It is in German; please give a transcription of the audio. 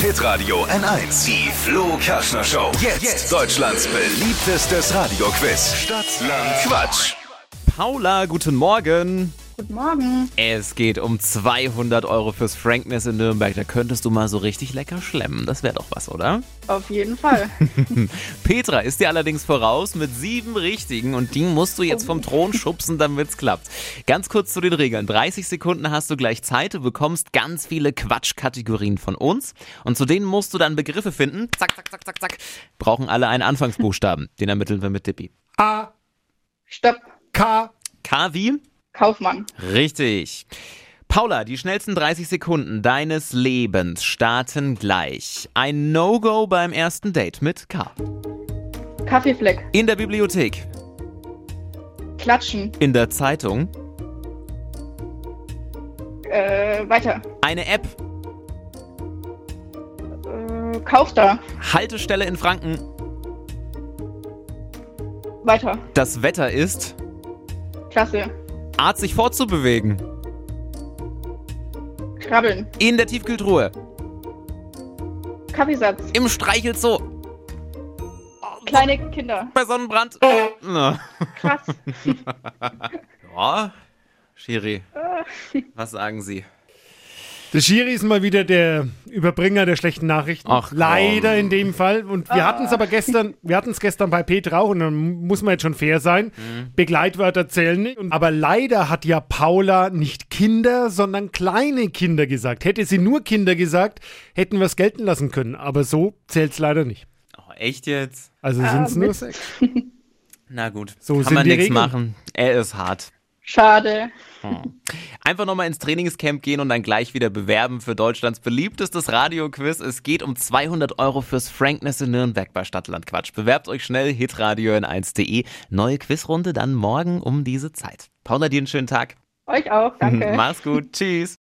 Hitradio N1. Die Flo Kaschner Show. Jetzt, Deutschlands beliebtestes Radioquiz. Stadt, Land, Quatsch. Paula, guten Morgen. Guten Morgen. Es geht um 200 Euro fürs Frankness in Nürnberg. Da könntest du mal so richtig lecker schlemmen. Das wäre doch was, oder? Auf jeden Fall. Petra ist dir allerdings voraus mit sieben Richtigen und die musst du jetzt vom Thron schubsen, damit es klappt. Ganz kurz zu den Regeln. 30 Sekunden hast du gleich Zeit. Du bekommst ganz viele Quatschkategorien von uns und zu denen musst du dann Begriffe finden. Zack, zack, zack, zack, zack. Brauchen alle einen Anfangsbuchstaben. Den ermitteln wir mit Dippi. Stopp. K. K wie? Kaufmann. Richtig. Paula, die schnellsten 30 Sekunden deines Lebens starten gleich. Ein No-Go beim ersten Date mit K. Kaffeefleck. In der Bibliothek, Klatschen. in der Zeitung, Äh, weiter. eine App, Äh, Kauf da. Haltestelle in Franken. Weiter. Das Wetter ist, Klasse. Art sich fortzubewegen. Krabbeln. In der Tiefkühltruhe, Kaffeesatz. im Streichelzoo, Kleine Kinder. bei Sonnenbrand. Na, Krass. Ja, Schiri, was sagen Sie? Der Schiri ist mal wieder der Überbringer der schlechten Nachrichten. Ach, komm. Leider in dem Fall. Und wir hatten es aber gestern, wir hatten es gestern bei Petra auch und dann muss man jetzt schon fair sein. Mhm. Begleitwörter zählen nicht. Und- Aber leider hat ja Paula nicht Kinder, sondern kleine Kinder gesagt. Hätte sie nur Kinder gesagt, hätten wir es gelten lassen können. Aber so zählt es leider nicht. Oh, echt jetzt? Also sind es nur Mist. sechs. Na gut, So kann sind man die nichts Regeln. machen. Er ist hart. Schade. Einfach nochmal ins Trainingscamp gehen und dann gleich wieder bewerben für Deutschlands beliebtestes Radioquiz. Es geht um 200 Euro fürs Frankness in Nürnberg bei Stadtland Quatsch. Bewerbt euch schnell, hitradio n1.de. Neue Quizrunde dann morgen um diese Zeit. Paula, dir einen schönen Tag. Euch auch. Danke. Mach's gut. Tschüss.